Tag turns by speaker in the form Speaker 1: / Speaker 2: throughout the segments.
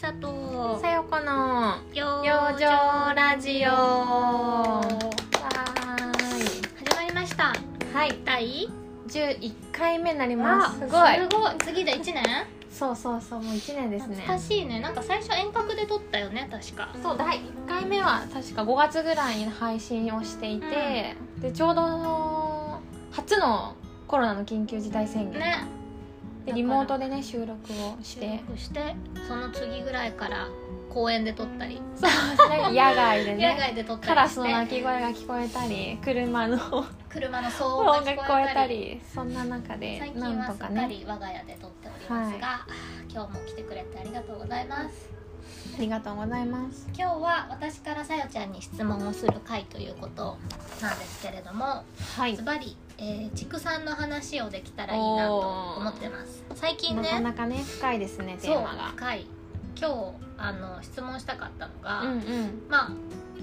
Speaker 1: かと
Speaker 2: さよかな
Speaker 1: 養
Speaker 2: 養生ラジオ
Speaker 1: は
Speaker 2: わ
Speaker 1: 始まりました
Speaker 2: ーいはい
Speaker 1: 第
Speaker 2: 11回目になりますすごい
Speaker 1: すごい次で1年
Speaker 2: そうそうそうもう1年ですね
Speaker 1: 懐かしいねなんか最初遠隔で撮ったよね確か
Speaker 2: そう第1回目は確か5月ぐらいに配信をしていて、でちょうど初のコロナの緊急事態宣言、
Speaker 1: ね
Speaker 2: でリモートでね収録をし
Speaker 1: 収
Speaker 2: て
Speaker 1: 録してその次ぐらいから公園で撮ったり
Speaker 2: そうですね野外で
Speaker 1: 野
Speaker 2: ね
Speaker 1: 外で撮ったりして
Speaker 2: カラスの鳴き声が聞こえたり車の
Speaker 1: 車の騒
Speaker 2: 音
Speaker 1: 音
Speaker 2: が
Speaker 1: が
Speaker 2: 聞
Speaker 1: 聞
Speaker 2: こ
Speaker 1: こ
Speaker 2: え
Speaker 1: え
Speaker 2: た
Speaker 1: たり
Speaker 2: りそんな中で
Speaker 1: 最近
Speaker 2: なん
Speaker 1: は
Speaker 2: と
Speaker 1: す
Speaker 2: か
Speaker 1: っか
Speaker 2: ね
Speaker 1: り我が家で撮っておりますが、今日も来てくれてありがとうございます
Speaker 2: ありがとうございます
Speaker 1: 今日は私からさよちゃんに質問をする回ということなんですけれども
Speaker 2: はい
Speaker 1: ズバリ、えー畜産の話をできたらいいなと思ってます最近
Speaker 2: なか
Speaker 1: ね
Speaker 2: なかね深いですねテ
Speaker 1: そ
Speaker 2: ー
Speaker 1: う
Speaker 2: マが
Speaker 1: 深い今日あの質問したかったのが、
Speaker 2: うんうん
Speaker 1: まあ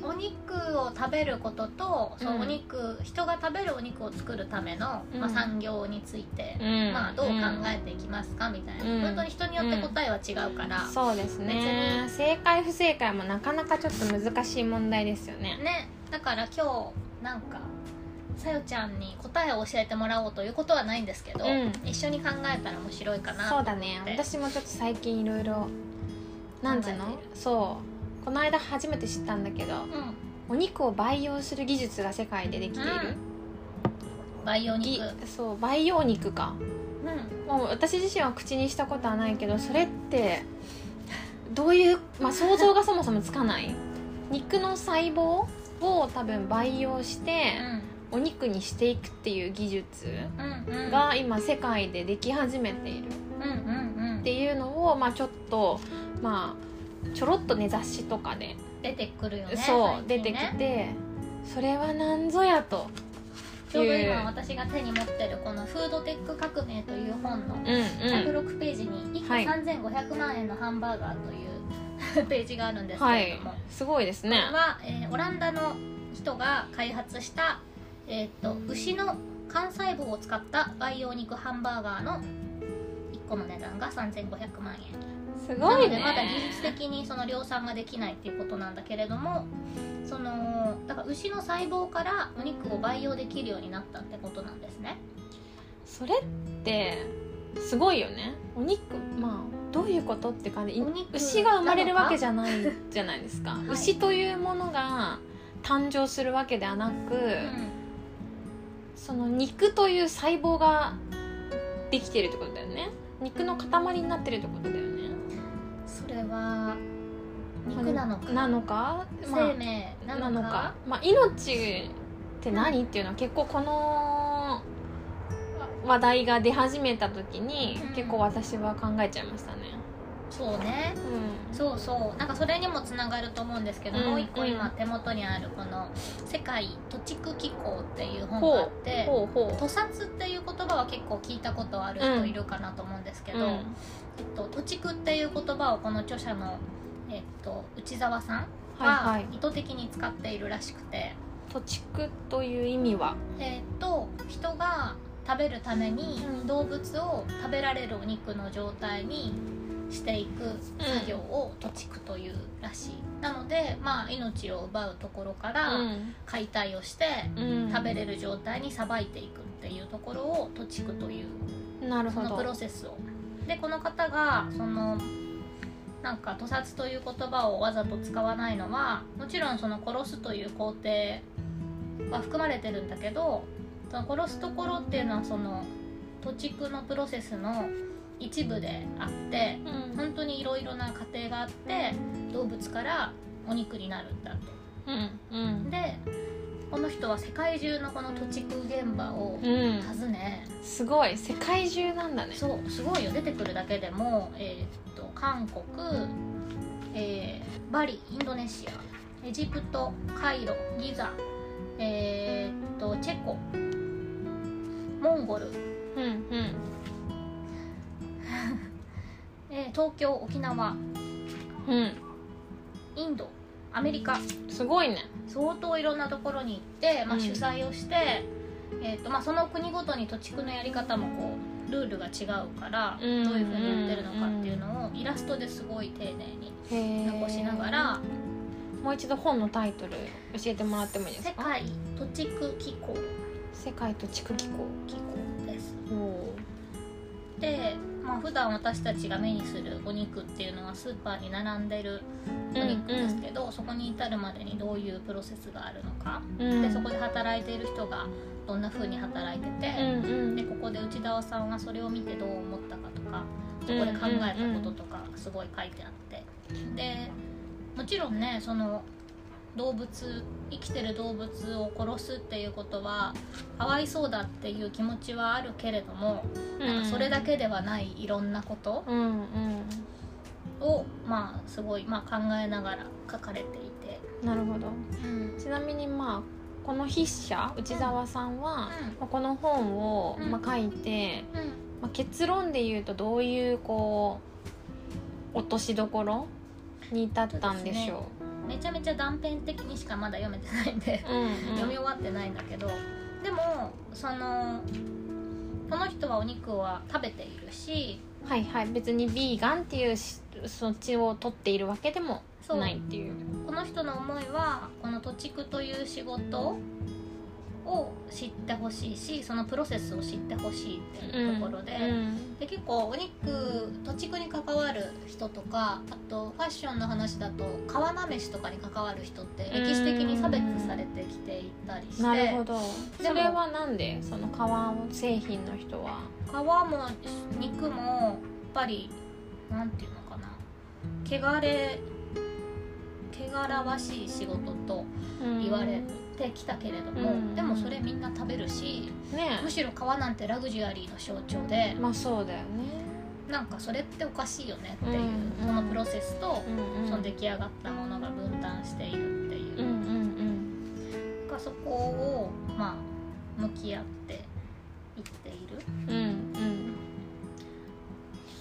Speaker 1: お肉を食べることと、そう
Speaker 2: うん
Speaker 1: お肉人が食べるお肉を作るための、まあ、
Speaker 2: うん
Speaker 1: 産業について、
Speaker 2: うん
Speaker 1: まあ、どう考えていきますかみたいな、
Speaker 2: うん
Speaker 1: 本当に人によって答えは違うから、
Speaker 2: そうですね正解不正解もなかなかちょっと難しい問題ですよね
Speaker 1: ねだから今日なんかさよちゃんに答えを教えてもらおうということはないんですけど、
Speaker 2: うん
Speaker 1: 一緒に考えたら面白いかな
Speaker 2: そうだね
Speaker 1: って
Speaker 2: 私もちょっと最近いろいろなんていう
Speaker 1: 考
Speaker 2: のそうこの間初めて知ったんだけど
Speaker 1: うん
Speaker 2: お肉を培養する技術が世界でできている、
Speaker 1: 培養
Speaker 2: ぎ
Speaker 1: 肉、
Speaker 2: そう培養肉か
Speaker 1: うん
Speaker 2: もう私自身は口にしたことはないけどそれってどういう、まあ、想像がそもそもつかない肉の細胞を多分培養してお肉にしていくっていう技術
Speaker 1: うんうんうん
Speaker 2: が今世界ででき始めているっ
Speaker 1: うんうんうん
Speaker 2: ていうのを、まあ、ちょっとまあちょろっとね雑誌とかで、
Speaker 1: 出てくるよね
Speaker 2: そう、出
Speaker 1: 最
Speaker 2: て
Speaker 1: 近ね
Speaker 2: きてそれは何ぞやと、
Speaker 1: ちょうど今
Speaker 2: いう
Speaker 1: 私が手に持ってるこの「フードテック革命」という本の
Speaker 2: うんうん、
Speaker 1: 106ページに1個
Speaker 2: はい
Speaker 1: 3500万円のハンバーガーというページがあるんですけ
Speaker 2: は
Speaker 1: れ
Speaker 2: い
Speaker 1: ども、
Speaker 2: すごいですね
Speaker 1: これは、えーオランダの人が開発した、えーっと牛の幹細胞を使った培養肉ハンバーガーの1個の値段が3500万円
Speaker 2: す
Speaker 1: な
Speaker 2: ご
Speaker 1: の
Speaker 2: い
Speaker 1: で
Speaker 2: ね
Speaker 1: まだ技術的にその量産ができないっていうことなんだけれどもそのだから牛の細胞からお肉を培養できるようになったってことなんですね
Speaker 2: それってすごいよねお肉まあどういうことって感じい
Speaker 1: お肉
Speaker 2: 牛が生まれるわけじゃないじゃないですか、
Speaker 1: い
Speaker 2: 牛というものが誕生するわけではなく、
Speaker 1: うん
Speaker 2: その肉という細胞ができてるってことだよね肉の塊になってるってことだよね
Speaker 1: それは肉なのか
Speaker 2: なのか、まあ
Speaker 1: 生命なのか
Speaker 2: なのか、まあ、命って何っていうのは結構この話題が出始めた時に
Speaker 1: うん
Speaker 2: 結構私は考えちゃいましたね、
Speaker 1: そうねそうそうなんかそれにもつながると思うんですけど、
Speaker 2: うん
Speaker 1: もう一個
Speaker 2: うん
Speaker 1: 今手元にあるこの「世界土地区機構」っていう本があ
Speaker 2: ほ
Speaker 1: っ
Speaker 2: う
Speaker 1: て
Speaker 2: ほうほう
Speaker 1: 屠殺っていう言葉は結構聞いたことある人いるかなと思うんですけど、
Speaker 2: うん
Speaker 1: えっと、土地区っていう言葉をこの著者の、えっと、内澤さん
Speaker 2: は
Speaker 1: はい
Speaker 2: はい
Speaker 1: 意図的に使っているらしくて、
Speaker 2: 土地区という意味は
Speaker 1: えっと人が食べるために
Speaker 2: うん
Speaker 1: 動物を食べられるお肉の状態にしていく作業を土地区というらしい、なので、まあ、命を奪うところから解体をして
Speaker 2: うん
Speaker 1: 食べれる状態にさばいていくっていうところを土地区という
Speaker 2: なる
Speaker 1: そ
Speaker 2: ほ
Speaker 1: のプロ
Speaker 2: ど
Speaker 1: セスをでこの方がそのなんか屠殺という言葉をわざと使わないのはもちろんその殺すという工程は含まれてるんだけどその殺すところっていうのはその土地区のプロセスの一部であって
Speaker 2: うん
Speaker 1: 本当にいろいろな過程があって動物からお肉になるんだと。
Speaker 2: うんうん
Speaker 1: でこの人は世界中のこの土地区現場を
Speaker 2: うん
Speaker 1: 訪ね、
Speaker 2: すごい世界中なんだね
Speaker 1: そうすごいよ出てくるだけでも、えーっと韓国、えーバリインドネシアエジプトカイロギザえーっとチェコモンゴル、
Speaker 2: うん
Speaker 1: えー東京沖縄
Speaker 2: うんう
Speaker 1: インドアメリカ
Speaker 2: んすごいね
Speaker 1: 相当いろんなところに行って、まあ、
Speaker 2: うん
Speaker 1: 取材をして、えーとまあ、その国ごとに土地区のやり方もこうルールが違うからどう
Speaker 2: う
Speaker 1: い
Speaker 2: ん
Speaker 1: うふうにやってるのかっていうのをイラストですごい丁寧に
Speaker 2: へー
Speaker 1: 残しながら
Speaker 2: もう一度本のタイトル教えてもらってもいい
Speaker 1: 「
Speaker 2: です
Speaker 1: 世
Speaker 2: か
Speaker 1: 界土地区機構
Speaker 2: 世界と地区機構」
Speaker 1: 機構です。
Speaker 2: お
Speaker 1: で、まあ普段私たちが目にするお肉っていうのはスーパーに並んでるお肉ですけど、そこに至るまでにどういうプロセスがあるのか、
Speaker 2: ー
Speaker 1: でそこで働いている人がどんな風に働いてて。
Speaker 2: うんうん
Speaker 1: でここで内田さんがそれを見てどう思ったかとかそこで考えたこととかすごい書いてあって、でもちろんねその動物生きてる動物を殺すっていうことはかわいそうだっていう気持ちはあるけれども、なんかそれだけではないいろんなこと
Speaker 2: うんうん
Speaker 1: をまあすごい、まあ、考えながら書かれていて。
Speaker 2: なるほど
Speaker 1: うん
Speaker 2: ちなみにまあこの筆者内澤さんは、
Speaker 1: うん
Speaker 2: まあこの本を、
Speaker 1: うん
Speaker 2: まあ、書いて、まあ、結論で言うとどういうこう落としどころに至ったんでしょ
Speaker 1: めちゃめちゃ断片的にしかまだ読めてないんで
Speaker 2: う。うんうん
Speaker 1: 読み終わってないんだけどでもそのこの人はお肉は食べているし
Speaker 2: はいはい別にビーガンっていうしそっちを取っているわけでも
Speaker 1: そう
Speaker 2: ないっていう
Speaker 1: この人の思いはこの土地区という仕事を知ってほしいしそのプロセスを知ってほしいっていうところで,、
Speaker 2: うん
Speaker 1: で結構お肉土地区に関わる人とかあとファッションの話だと川なめしとかに関わる人って歴史的に差別されてきていたりして。
Speaker 2: なるほど
Speaker 1: で
Speaker 2: そ
Speaker 1: も
Speaker 2: れはなんでその革製品の人は
Speaker 1: 皮も肉もやっぱりなんていうのかな汚れ汚らわしい仕事と言われてきたけれども、
Speaker 2: うん
Speaker 1: でもそれみんな食べるし
Speaker 2: ね
Speaker 1: むしろ皮なんてラグジュアリーの象徴で
Speaker 2: まあそうだよね
Speaker 1: なんかそれっておかしいよねっていう、
Speaker 2: うん
Speaker 1: このプロセスと
Speaker 2: うんうん
Speaker 1: その出来上がったものが分担しているっていう
Speaker 2: うん、うん
Speaker 1: かそこをまあ向き合っていっている。
Speaker 2: うんうんうん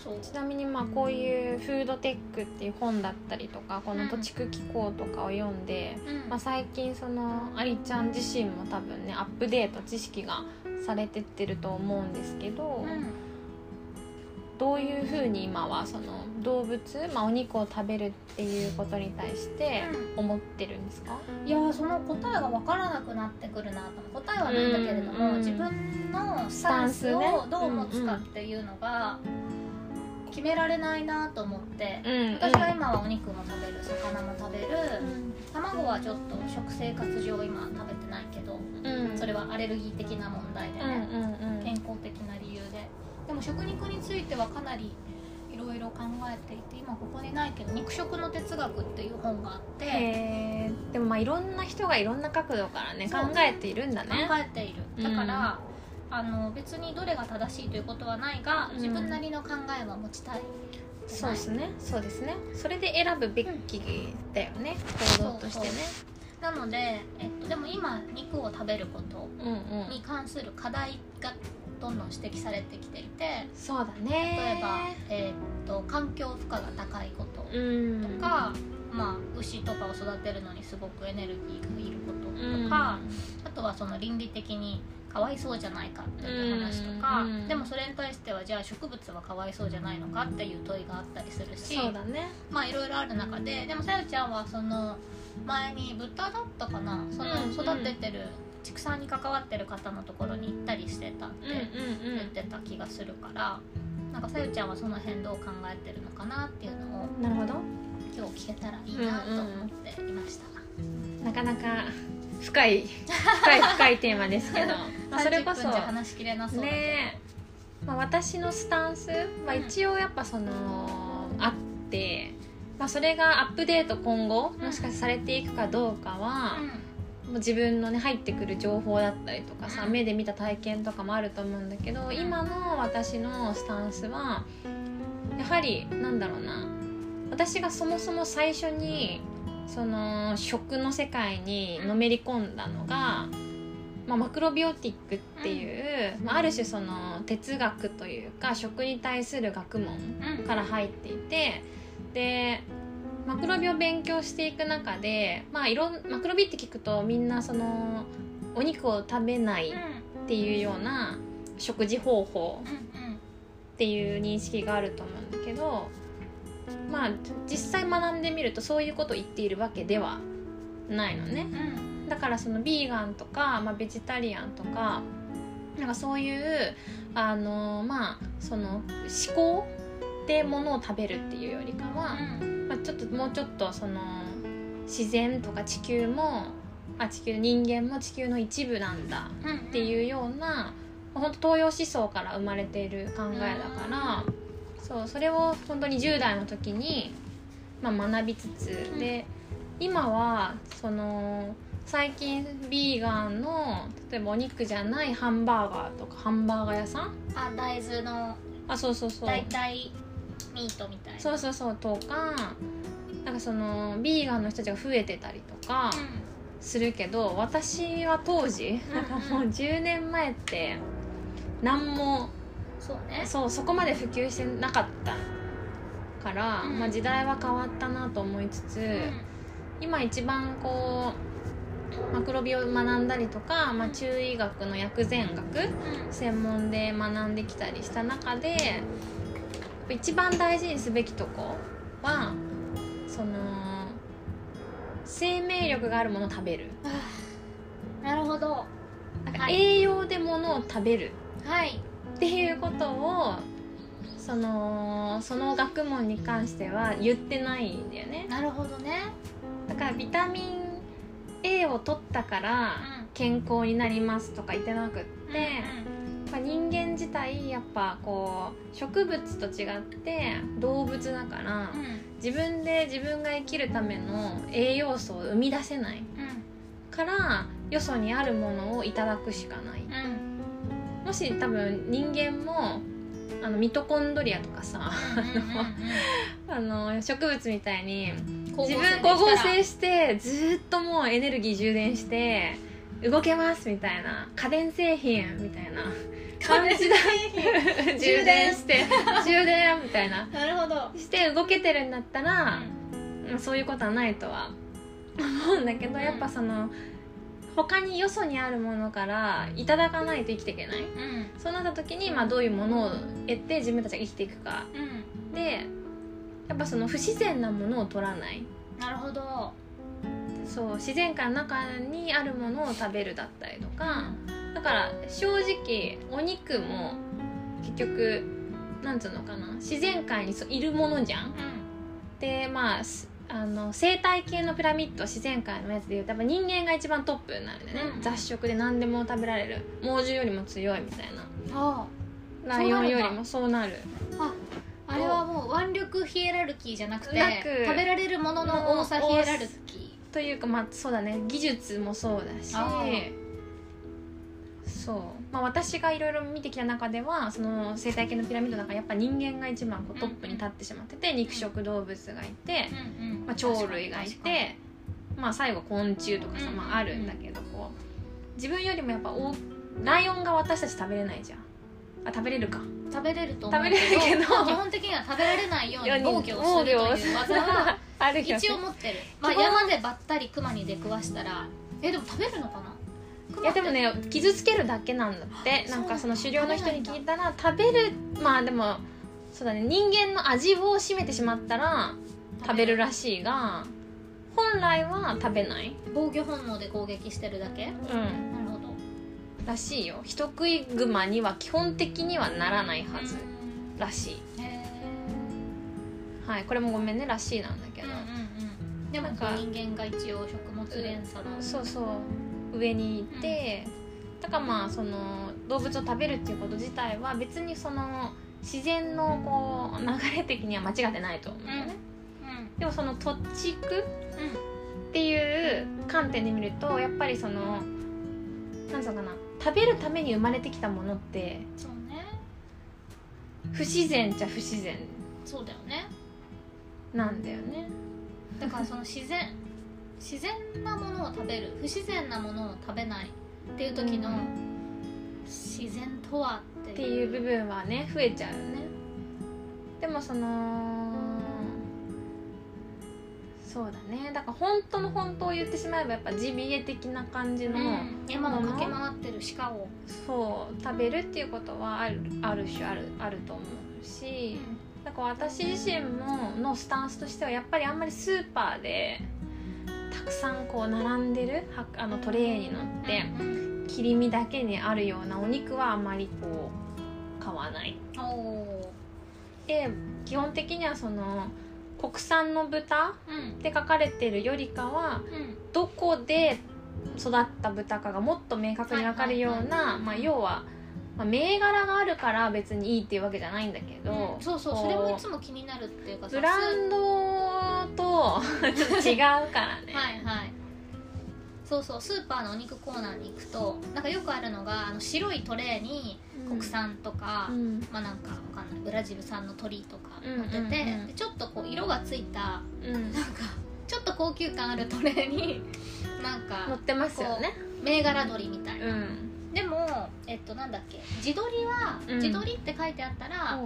Speaker 1: そう
Speaker 2: ちなみにまあこういう「フードテック」っていう本だったりとかこの「土地区機構」とかを読んで、
Speaker 1: うん
Speaker 2: まあ、最近そのアリちゃん自身も多分ねアップデート知識がされてってると思うんですけど、
Speaker 1: うん
Speaker 2: どういうふうに今はその動物、まあ、お肉を食べるっていうことに対して思ってるんですか、
Speaker 1: いやーその答えが分からなくなってくるなと思う答えはないんだけれども、
Speaker 2: うんうん
Speaker 1: 自分のスタンスをどう持つかっていうのが決められないなと思って、
Speaker 2: うん
Speaker 1: 私は今はお肉も食べる魚も食べる、卵はちょっと食生活上今食べてないけど、
Speaker 2: うん
Speaker 1: それはアレルギー的な問題で
Speaker 2: うん
Speaker 1: ね、
Speaker 2: うんうん
Speaker 1: 健康的な理由ででも食肉についてはかなりいろいろ考えていて今ここにないけど「肉食の哲学」っていう本があって。
Speaker 2: へーでもまあいろんな人がいろんな角度からね考
Speaker 1: そう
Speaker 2: えているんだ
Speaker 1: 考
Speaker 2: ね。
Speaker 1: えているだから、あの別にどれが正しいということはないが
Speaker 2: うん
Speaker 1: 自分なりの考えは持ちたい、
Speaker 2: そうですね、そうですね。それで選ぶべきだよね、行動としてね。
Speaker 1: なので、えっと、でも今肉を食べること
Speaker 2: うんうん。
Speaker 1: に関する課題がどんどん指摘されてきていて
Speaker 2: そうだ
Speaker 1: 例えば
Speaker 2: ね。、
Speaker 1: えっと環境負荷が高いこと
Speaker 2: うん。
Speaker 1: とか、まあ、牛とかを育てるのにすごくエネルギーがいること
Speaker 2: うん、
Speaker 1: とか、あとはその倫理的にかわいそうじゃないかっていう話とか、
Speaker 2: うんうん
Speaker 1: でもそれに対してはじゃあ植物はかわいそうじゃないのかっていう問いがあったりするし
Speaker 2: そうだね。
Speaker 1: まあいろいろある中ででもさゆちゃんはその前に豚だったかなそ
Speaker 2: うんうん
Speaker 1: の育ててる畜産に関わってる方のところに行ったりしてたって
Speaker 2: うん
Speaker 1: 言ってた気がするから。なんかさゆちゃんはその辺どう考えてるのかなっていうのを
Speaker 2: なるほど。
Speaker 1: 今日聞けたらいいなと思っていました、
Speaker 2: なかなか深い深い深いテーマですけど、まあそれこ
Speaker 1: 30
Speaker 2: そ
Speaker 1: 分じゃ話しきれなそうだけど、
Speaker 2: ねまあ、私のスタンスは
Speaker 1: うん
Speaker 2: 一応やっぱその、あって、まあ、それがアップデート今後もしかしてされていくかどうかは、もう自分のね入ってくる情報だったりとかさ
Speaker 1: うん
Speaker 2: 目で見た体験とかもあると思うんだけど
Speaker 1: ん
Speaker 2: 今の私のスタンスはやはりなんだろうな私がそもそも最初にその食の世界にのめり込んだのが、まあ、マクロビオティックっていう、まあ、ある種その哲学というか食に対する学問
Speaker 1: うん、うん
Speaker 2: から入っていてでマクロビを勉強していく中で、まあ、いろんマクロビって聞くとみんなそのお肉を食べない
Speaker 1: うん
Speaker 2: っていうような食事方法
Speaker 1: うん
Speaker 2: っていう認識があると思うんだけどまあ実際学んでみるとそういうことを言っているわけではないのね
Speaker 1: うんうん
Speaker 2: だからそのビーガンとか、まあ、ベジタリアンとかなんかそういうあのまあその思考でものを食べるっていうよりかは、まあ、ちょっともうちょっとその自然とか地球もあ地球人間も地球の一部なんだ
Speaker 1: うん
Speaker 2: って
Speaker 1: う
Speaker 2: いうような本当東洋思想から生まれている考えだから、そうそれを本当に10代の時に、まあ、学びつつ、
Speaker 1: うん
Speaker 2: で今はその最近ビーガンの例えばお肉じゃないハンバーガーとかハンバーガー屋
Speaker 1: ん
Speaker 2: さん
Speaker 1: あ大豆の
Speaker 2: あそうそうそう
Speaker 1: 代替ミートみたいな
Speaker 2: そうそうそうとかなんかそのビーガンの人たちが増えてたりとか。するけど私は当時
Speaker 1: うん
Speaker 2: なんかもう10年前って何も
Speaker 1: うんそうね
Speaker 2: そうそこまで普及してなかったから、
Speaker 1: うん
Speaker 2: まあ、時代は変わったなと思いつつ、今一番こうマクロビを学んだりとか、まあ、中医学の薬膳学
Speaker 1: うんうん
Speaker 2: 専門で学んできたりした中で一番大事にすべきとこはその生命力があるものを食べる。
Speaker 1: なるほど
Speaker 2: なんか
Speaker 1: はい
Speaker 2: 栄養でものを食べる
Speaker 1: はい
Speaker 2: っていうことをそのその学問に関しては言ってないんだよね
Speaker 1: なるほどね
Speaker 2: だからビタミン A を取ったから
Speaker 1: うん
Speaker 2: 健康になりますとか言ってなくって、や
Speaker 1: うん
Speaker 2: っぱ人間自体やっぱこう植物と違って動物だから
Speaker 1: うん
Speaker 2: 自分で自分が生きるための栄養素を生み出せない
Speaker 1: うん
Speaker 2: からよそにあるものをいただくしかない
Speaker 1: うん
Speaker 2: もし多分人間もあのミトコンドリアとかさ
Speaker 1: うんうんうん
Speaker 2: あの植物みたいに
Speaker 1: 光
Speaker 2: 自
Speaker 1: 合成できたら
Speaker 2: 分光合成してずーっともうエネルギー充電して動けますみたいな家電製品みたいな感じだ 充電して充電みたいな
Speaker 1: なるほど、
Speaker 2: して動けてるんだったら、まあそういうことはないとは思うんだけど、
Speaker 1: うん
Speaker 2: やっぱその他によそにあるものからいただかないと生きていけな
Speaker 1: う
Speaker 2: い
Speaker 1: んうん
Speaker 2: そうなった時に、まあ、どういうものを得て自分たちが生きていくか
Speaker 1: うん
Speaker 2: でやっぱその不自然なものを取らない
Speaker 1: なるほど
Speaker 2: そう自然界の中にあるものを食べるだったりとかだから正直お肉も結局なんつうのかな自然界にそいるものじゃん
Speaker 1: うん
Speaker 2: でまあすあの生態系のピラミッド自然界のやつでいうとやっぱ人間が一番トップになるんだよね、
Speaker 1: うん
Speaker 2: 雑食で何でも食べられる猛獣よりも強いみたいな
Speaker 1: あ
Speaker 2: ライオンよ
Speaker 1: そう
Speaker 2: り
Speaker 1: なん
Speaker 2: もそうなる
Speaker 1: ああれはもう腕力ヒエラルキーじゃなくて
Speaker 2: なく
Speaker 1: 食べられるものの多さヒエラルキ
Speaker 2: というかまあそうだね技術もそうだし
Speaker 1: あ
Speaker 2: そう、まあ、私がいろいろ見てきた中ではその生態系のピラミッドの中やっぱ人間が一番こうトップに立ってしまってて肉食動物がいて
Speaker 1: ー、、うんうん
Speaker 2: まあ、鳥類がいて、まあ、最後昆虫とかさ、
Speaker 1: うん
Speaker 2: まあ、あるんだけどこう自分よりもやっぱ大ライオンが私たち食べれないじゃんあ食べれるか
Speaker 1: 食べれると思うけど
Speaker 2: 食べれるけど
Speaker 1: 基本的には食べられないように防御をする
Speaker 2: 防
Speaker 1: と
Speaker 2: 御を
Speaker 1: いう技は
Speaker 2: あるよね
Speaker 1: 一応持ってる、まあ、
Speaker 2: 基本
Speaker 1: 山でばったり熊に出くわしたらえでも食べるのかない
Speaker 2: いやでもね傷つけるだけなんだってなんかその狩猟の人に聞いたら食べるまあでもそうだね人間の味を占めてしまったら食べるらしいが本来は食べない、
Speaker 1: 防御本能で攻撃してるだけなる
Speaker 2: うん、
Speaker 1: ほど
Speaker 2: らしいよ人食いグマには基本的にはならないはず
Speaker 1: うん
Speaker 2: らしい
Speaker 1: へ
Speaker 2: はいこれもごめんねらしいなんだけ
Speaker 1: ー
Speaker 2: ど、
Speaker 1: うんうんうんでも
Speaker 2: なんか
Speaker 1: 人間が一応食物連鎖の
Speaker 2: そうそう上にいて、だからまあその動物を食べるっていうこと自体は別にその自然のこう流れ的には間違ってないと思うよね、
Speaker 1: う
Speaker 2: でもその土地区
Speaker 1: んうん
Speaker 2: っていう観点で見るとやっぱりそのなんつうのかな食べるために生まれてきたものって
Speaker 1: そうね
Speaker 2: 不自然じゃ不自然
Speaker 1: そうだよね
Speaker 2: なんだよね
Speaker 1: だからその自然自然なものを食べる不自然なものを食べないっていう時の
Speaker 2: う
Speaker 1: 自然とはっ
Speaker 2: っ
Speaker 1: て
Speaker 2: て
Speaker 1: いう
Speaker 2: いう部分はね増えちゃうよねでもそのそうだねだから本当の本当を言ってしまえばやっぱジビエ的な感じの、
Speaker 1: うん、山を駆け回ってる鹿を、
Speaker 2: そう食べるっていうことはあるある種あるあると思うし、だから私自身ものスタンスとしてはやっぱりあんまりスーパーでたくさんこう並んでるはあのトレーに乗って
Speaker 1: うん
Speaker 2: 切り身だけにあるようなお肉はあまりこう買わない
Speaker 1: おお
Speaker 2: で基本的にはその国産の豚
Speaker 1: ーうん
Speaker 2: って書かれてるよりかは
Speaker 1: うん
Speaker 2: どこで育った豚かがもっと明確に分かるよう
Speaker 1: はいはいは
Speaker 2: ないまあ要は、まあ、銘柄があるから別にいいっていうわけじゃないんだけど、
Speaker 1: うんそうそう
Speaker 2: こう
Speaker 1: それもいつも気になるっていうかさ
Speaker 2: ブランドとちょっと違うからね、
Speaker 1: はいはいそうそうスーパーのお肉コーナーに行くとなんかよくあるのがあの白いトレーに国産とか、
Speaker 2: うん
Speaker 1: まあなんかわかんないブラジル産の鳥とか
Speaker 2: うんうん
Speaker 1: 乗
Speaker 2: うん
Speaker 1: ってて、でちょっとこう色がついた
Speaker 2: うん
Speaker 1: なんかちょっと高級感あるトレーに なん
Speaker 2: 乗
Speaker 1: か
Speaker 2: ってますよね
Speaker 1: 銘柄鶏みたいな、
Speaker 2: ん
Speaker 1: でもえっとなんだっけ地鶏は、
Speaker 2: うん
Speaker 1: 地鶏って書いてあったら、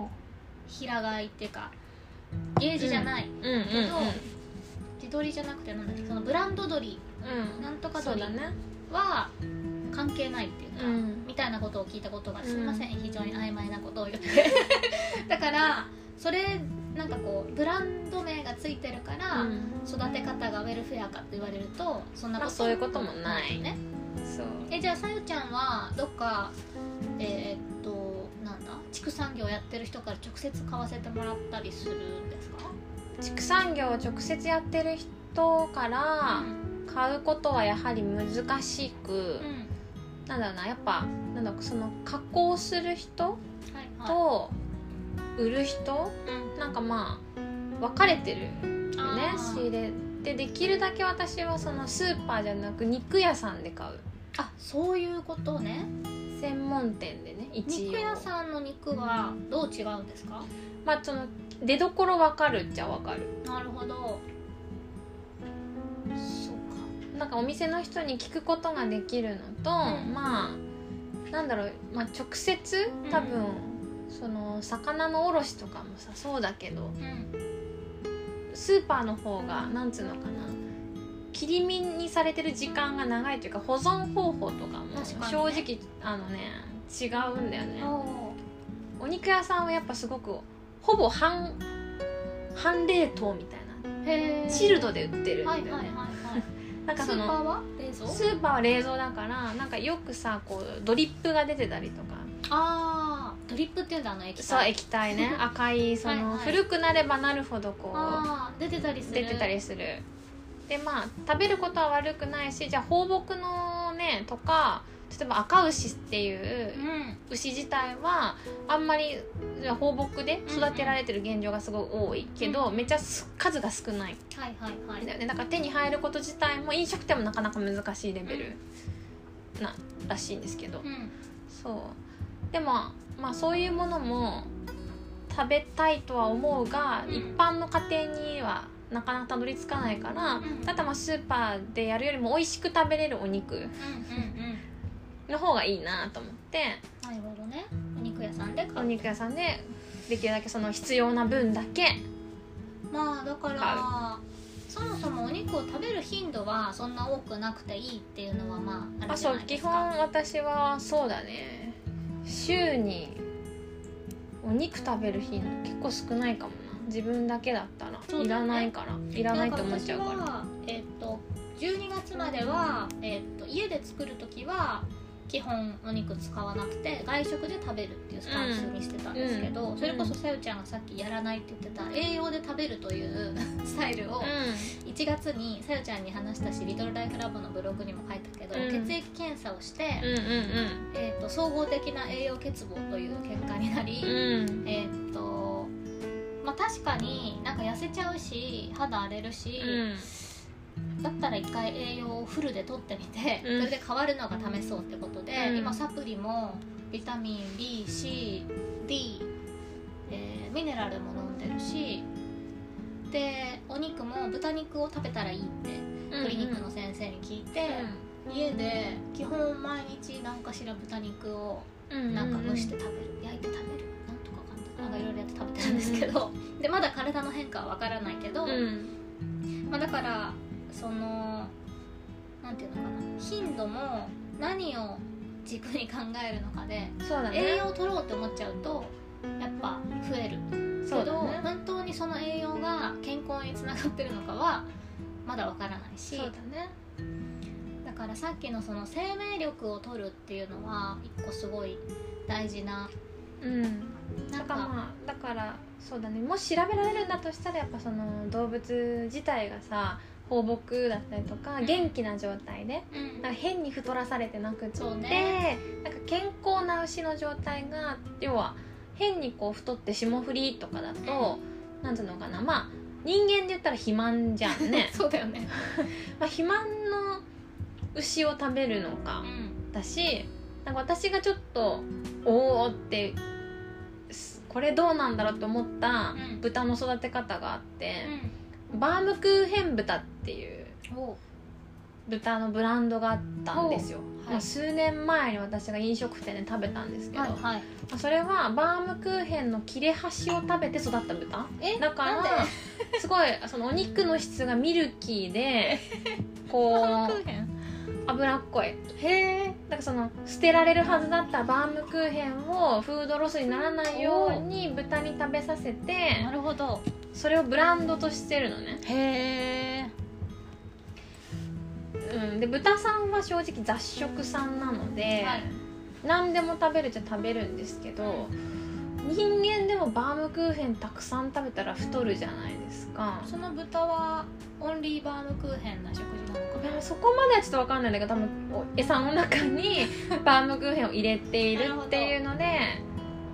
Speaker 1: 平飼いっていうかゲージじゃない、
Speaker 2: うんうんうん
Speaker 1: けど地鶏じゃなくてなんだっけそのブランド鶏
Speaker 2: うん
Speaker 1: なんとか
Speaker 2: そう
Speaker 1: 鶏
Speaker 2: だね
Speaker 1: は関係ないっていうか、
Speaker 2: うん
Speaker 1: みたいなことを聞いたことが
Speaker 2: うん
Speaker 1: すみません、非常に曖昧なことを 言ってだからそれなんかこうブランド名がついてるから、
Speaker 2: うん
Speaker 1: 育て方がウェルフェアかって言われるとそんな
Speaker 2: ま
Speaker 1: こ
Speaker 2: あ
Speaker 1: と
Speaker 2: そういうこともない
Speaker 1: ね
Speaker 2: そう
Speaker 1: えじゃあさゆちゃんはどっかえーっとなんだ畜産業やってる人から直接買わせてもらったりするんですか
Speaker 2: 畜産業を直接やってる人から買うことはやはり難しく
Speaker 1: うん、うん
Speaker 2: なんだろうなやっぱなんだろうその加工する人
Speaker 1: はいは
Speaker 2: と売る人
Speaker 1: いうん
Speaker 2: なんかまあ分かれてるよね
Speaker 1: あー
Speaker 2: 仕入れでできるだけ私はそのスーパーじゃなく肉屋さんで買う
Speaker 1: あそういうことね
Speaker 2: 専門店でね一応
Speaker 1: 肉屋さんの肉はどう違うんですか
Speaker 2: まあその出どころ分かるっちゃ分かる
Speaker 1: なるほどそう
Speaker 2: なんかお店の人に聞くことができるのと、
Speaker 1: ん
Speaker 2: まあなんだろう、まあ、直接
Speaker 1: ん
Speaker 2: 多分、その魚の卸とかもさそうだけど
Speaker 1: かうん
Speaker 2: スーパーの方がなんつうのかな切り身にされてる時間が長いというか保存方法とかも
Speaker 1: 確かにね
Speaker 2: 正直あのね違うんだよね
Speaker 1: お
Speaker 2: お肉屋さんはやっぱすごくほぼ半半冷凍みたい
Speaker 1: ーへ
Speaker 2: な
Speaker 1: え
Speaker 2: チルドで売ってるんだ
Speaker 1: は
Speaker 2: よ
Speaker 1: いはい
Speaker 2: ね、
Speaker 1: はいはい
Speaker 2: なんか
Speaker 1: ス
Speaker 2: そ
Speaker 1: ーパー
Speaker 2: の
Speaker 1: は冷蔵
Speaker 2: スーパーは冷蔵だからなんかよくさこうドリップが出てたりとか
Speaker 1: あードリップっていうんだあの液体
Speaker 2: そう液 体ね赤いその
Speaker 1: はいはい
Speaker 2: 古くなればなるほどこう
Speaker 1: あー出てたりする
Speaker 2: 出てたりするでまあ食べることは悪くないしじゃあ放牧のねとか例えば赤牛っていううん牛自体はあんまりじゃあ放牧で育てられてる現状がすごい多いけど、
Speaker 1: うん
Speaker 2: めっちゃす数が少ない
Speaker 1: はいはいはい
Speaker 2: んだよねだから手に入ること自体も飲食店もなかなか難しいレベルならしいんですけど
Speaker 1: うん
Speaker 2: そうでもまあそういうものも食べたいとは思うが、
Speaker 1: うん
Speaker 2: 一般の家庭にはなかなかたどり着かないから、
Speaker 1: ん
Speaker 2: ただまあスーパーでやるよりも美味しく食べれるお肉
Speaker 1: うんうんうん
Speaker 2: の方がいいなと思って
Speaker 1: なるほどねお肉屋さんで買
Speaker 2: お
Speaker 1: う
Speaker 2: 肉屋さんでできるだけその必要な分だけ
Speaker 1: まあだから
Speaker 2: 買
Speaker 1: そもそもお肉を食べる頻度はそんな多くなくていいっていうのはまああ
Speaker 2: あ
Speaker 1: るじゃ
Speaker 2: そう
Speaker 1: ないで
Speaker 2: 基
Speaker 1: すか
Speaker 2: 本私はそうだね週にお肉食べる頻度結構少ないかもな自分だけだった
Speaker 1: そうだね
Speaker 2: らいらないからいらないと思っちゃうか
Speaker 1: な
Speaker 2: ら
Speaker 1: ん私はえっ、と12月までは、えっと家で作る時は基本お肉使わなくて外食で食べるっていうスタンスにしてたんですけど、
Speaker 2: うん
Speaker 1: それこそさゆちゃんがさっきやらないって言ってた栄養で食べるという スタイルを
Speaker 2: う
Speaker 1: 1月にさゆちゃんに話したし「リトルライフラボのブログにも書いたけど、
Speaker 2: うん
Speaker 1: 血液検査をして、
Speaker 2: んうん
Speaker 1: えー、と総合的な栄養欠乏という結果になり、
Speaker 2: うんうん
Speaker 1: えーっとまあ確かになんか痩せちゃうし肌荒れるし、だったら一回栄養をフルで取ってみて、
Speaker 2: うん
Speaker 1: それで変わるのが試そうってことで、
Speaker 2: うん
Speaker 1: 今サプリもビタミン BCD、えーミネラルも飲んでるしでお肉も豚肉を食べたらいいって鶏肉の先生に聞いて、家で基本毎日何かしら豚肉を
Speaker 2: うん
Speaker 1: なんか蒸して食べる焼いて食べるなんとかかんとかなんかいろいろやって食べてるんですけど、でまだ体の変化はわからないけど、
Speaker 2: うん
Speaker 1: まあ、だからそのなんていうのかな頻度も何を軸に考えるのかで
Speaker 2: そうだね
Speaker 1: 栄養を取ろうって思っちゃうとやっぱ増える
Speaker 2: そ
Speaker 1: け
Speaker 2: うだ
Speaker 1: ど、
Speaker 2: ね
Speaker 1: 本当にその栄養が健康につながってるのかはまだわからないし
Speaker 2: そうだね
Speaker 1: だからさっきのその生命力を取るっていうのは一個すごい大事な
Speaker 2: うん
Speaker 1: な
Speaker 2: なん
Speaker 1: ん
Speaker 2: か
Speaker 1: か
Speaker 2: まあだからそうだねもし調べられるんだとしたらやっぱその動物自体がさ放牧だったりとか
Speaker 1: うん
Speaker 2: 元気な状態で
Speaker 1: うん
Speaker 2: なんか変に太らされてなくって、
Speaker 1: そうね、
Speaker 2: なんか健康な牛の状態が要は変にこう太って霜降りとかだと、なんていうのかなまあ人間で言ったら肥満じゃんね
Speaker 1: そうだよね
Speaker 2: まあ、肥満の牛を食べるのか
Speaker 1: うん
Speaker 2: だしなんか私がちょっとおおってすこれどうなんだろうと思った
Speaker 1: うん
Speaker 2: 豚の育て方があって、バームクーヘン豚っていう
Speaker 1: うんおう
Speaker 2: 豚のブランドがあったんですよ、
Speaker 1: うはい
Speaker 2: まあ数年前に私が飲食店で食べたんですけど、
Speaker 1: はいはい
Speaker 2: まあそれはバームクーヘンの切れ端を食べて育った豚
Speaker 1: え
Speaker 2: だか
Speaker 1: なんで
Speaker 2: らすごいそのお肉の質がミルキーで こ
Speaker 1: バーム
Speaker 2: う
Speaker 1: クーヘン
Speaker 2: 脂っこい
Speaker 1: へえ
Speaker 2: なんかその捨てられるはずだったバームクーヘンをフードロスにならないように豚に食べさせて
Speaker 1: なるほど
Speaker 2: それをブランドとしてるのね、
Speaker 1: へえ
Speaker 2: うん、で豚さんは正直雑食さんなので、
Speaker 1: はい
Speaker 2: 何でも食べるっちゃ食べるんですけど人間でもバームクーヘンたくさん食べたら太るじゃないですか
Speaker 1: その豚はオンリーバームクーヘンな食事なのか
Speaker 2: でもそこまではちょっと分かんないんだけど多分お餌の中 にバームクーヘンを入れているっていうので。